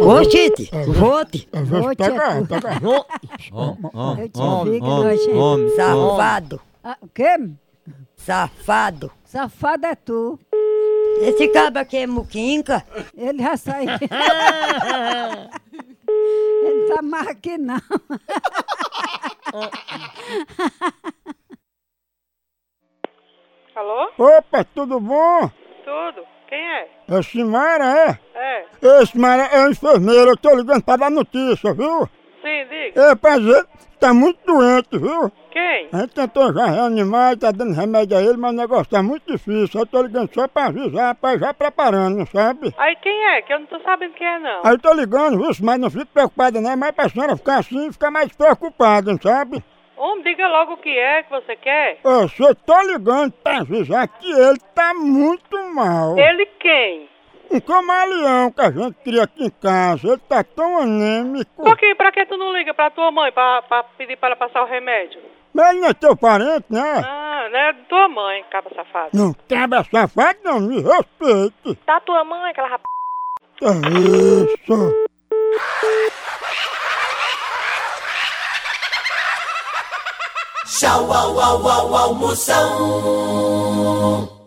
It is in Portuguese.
Ô, Tite, vote. Às vezes pega, pega ro- Eu te vi que nós chegamos. Safado, Ah, o quê? safado. Safado é tu. Esse cabra aqui é muquinca. Ele já saiu. Ele tá mais aqui não. Alô? Opa, tudo bom? Tudo? Quem é? É Simara, é? É. Ei, Simara, é a enfermeira, eu tô ligando pra dar notícia, viu? Sim, diga. É, pra dizer, tá muito doente, viu? Quem? A gente tentou já reanimar, tá dando remédio a ele, mas o negócio tá muito difícil. Eu tô ligando só pra avisar, pra já preparando, sabe? Aí quem é? Que eu não tô sabendo quem é, não. Aí eu tô ligando, viu, mas não fique preocupada não, mas pra senhora ficar assim, fica mais preocupada, sabe? Homem, diga logo o que é que você quer. Eu só tô ligando pra avisar que ele tá muito mal. Ele quem? Um camaleão que a gente cria aqui em casa, ele tá tão anêmico. Por que? Pra que tu não liga pra tua mãe pra, pra pedir para ela passar o remédio? Mas ele não é teu parente, né? Ah, né? Tua mãe, caba safado. Não cabra safado não, me respeite. Tá tua mãe, aquela rap... Que isso? Tchau, au, au, au, almoção.